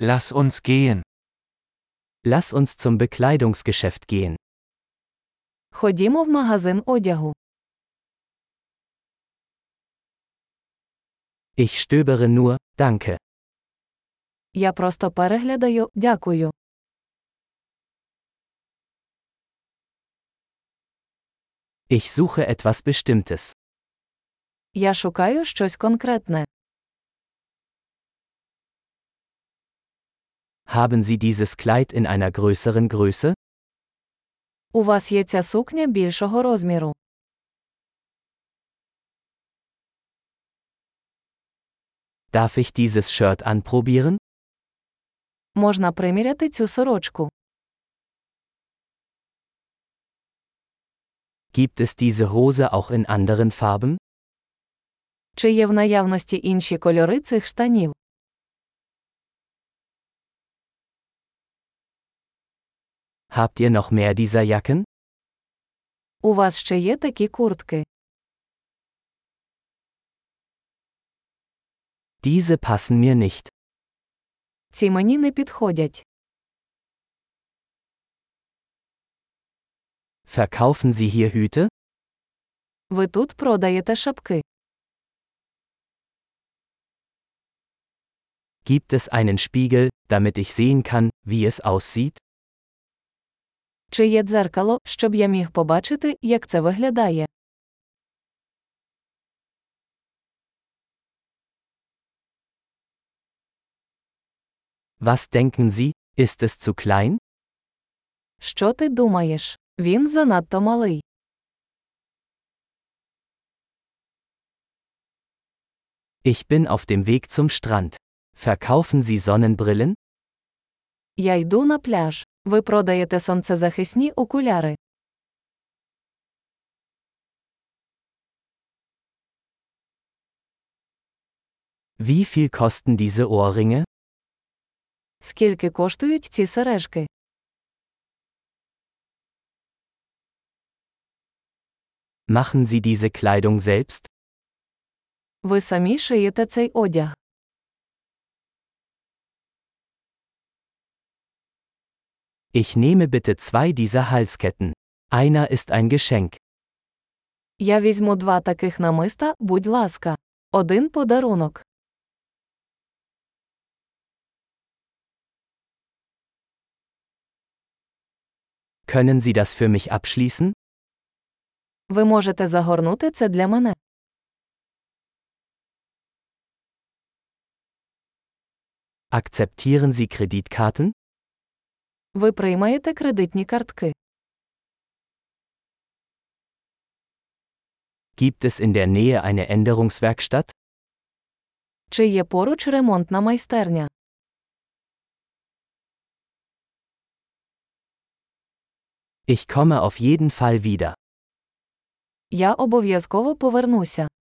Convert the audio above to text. Lass uns gehen. Lass uns zum Bekleidungsgeschäft gehen. Ходімо в магазин одягу. Ich stöbere nur, danke. Я просто переглядаю, дякую. Ich suche etwas Bestimmtes. Я шукаю щось конкретне. Haben Sie dieses Kleid in einer größeren Größe? У вас є ця сукня більшого розміру. Darf ich dieses Shirt anprobieren? Можна приміряти цю сорочку. Gibt es diese Hose auch in anderen Farben? Чи є в наявності інші кольори цих штанів? Habt ihr noch mehr dieser Jacken? У вас ще є такі куртки. Diese passen mir nicht. Ці мені не підходять. Verkaufen Sie hier Hüte? Ви тут продаєте шапки. Gibt es einen Spiegel, damit ich sehen kann, wie es aussieht? Чи є дзеркало, щоб я міг побачити, як це виглядає? Was denken Sie, ist es zu klein? Що ти думаєш? Він занадто малий. Ich bin auf dem Weg zum Strand. Verkaufen Sie Sonnenbrillen? Я йду на пляж. Ви продаєте сонцезахисні окуляри. Wie viel kosten diese Ohrringe? Скільки коштують ці сережки? Machen Sie diese Kleidung selbst? Ви самі шиєте цей одяг. Ich nehme bitte zwei dieser Halsketten. Einer ist ein Geschenk. Я візьму два таких намиста, будь ласка. Один подарунок. Können Sie das für mich abschließen? Ви можете загорнути це для мене. Akzeptieren Sie Kreditkarten? Ви приймаєте кредитні картки. Gibt es in der Nähe eine Änderungswerkstatt? Чи є поруч ремонтна майстерня? Ich komme auf jeden Fall wieder. Я обов'язково повернуся.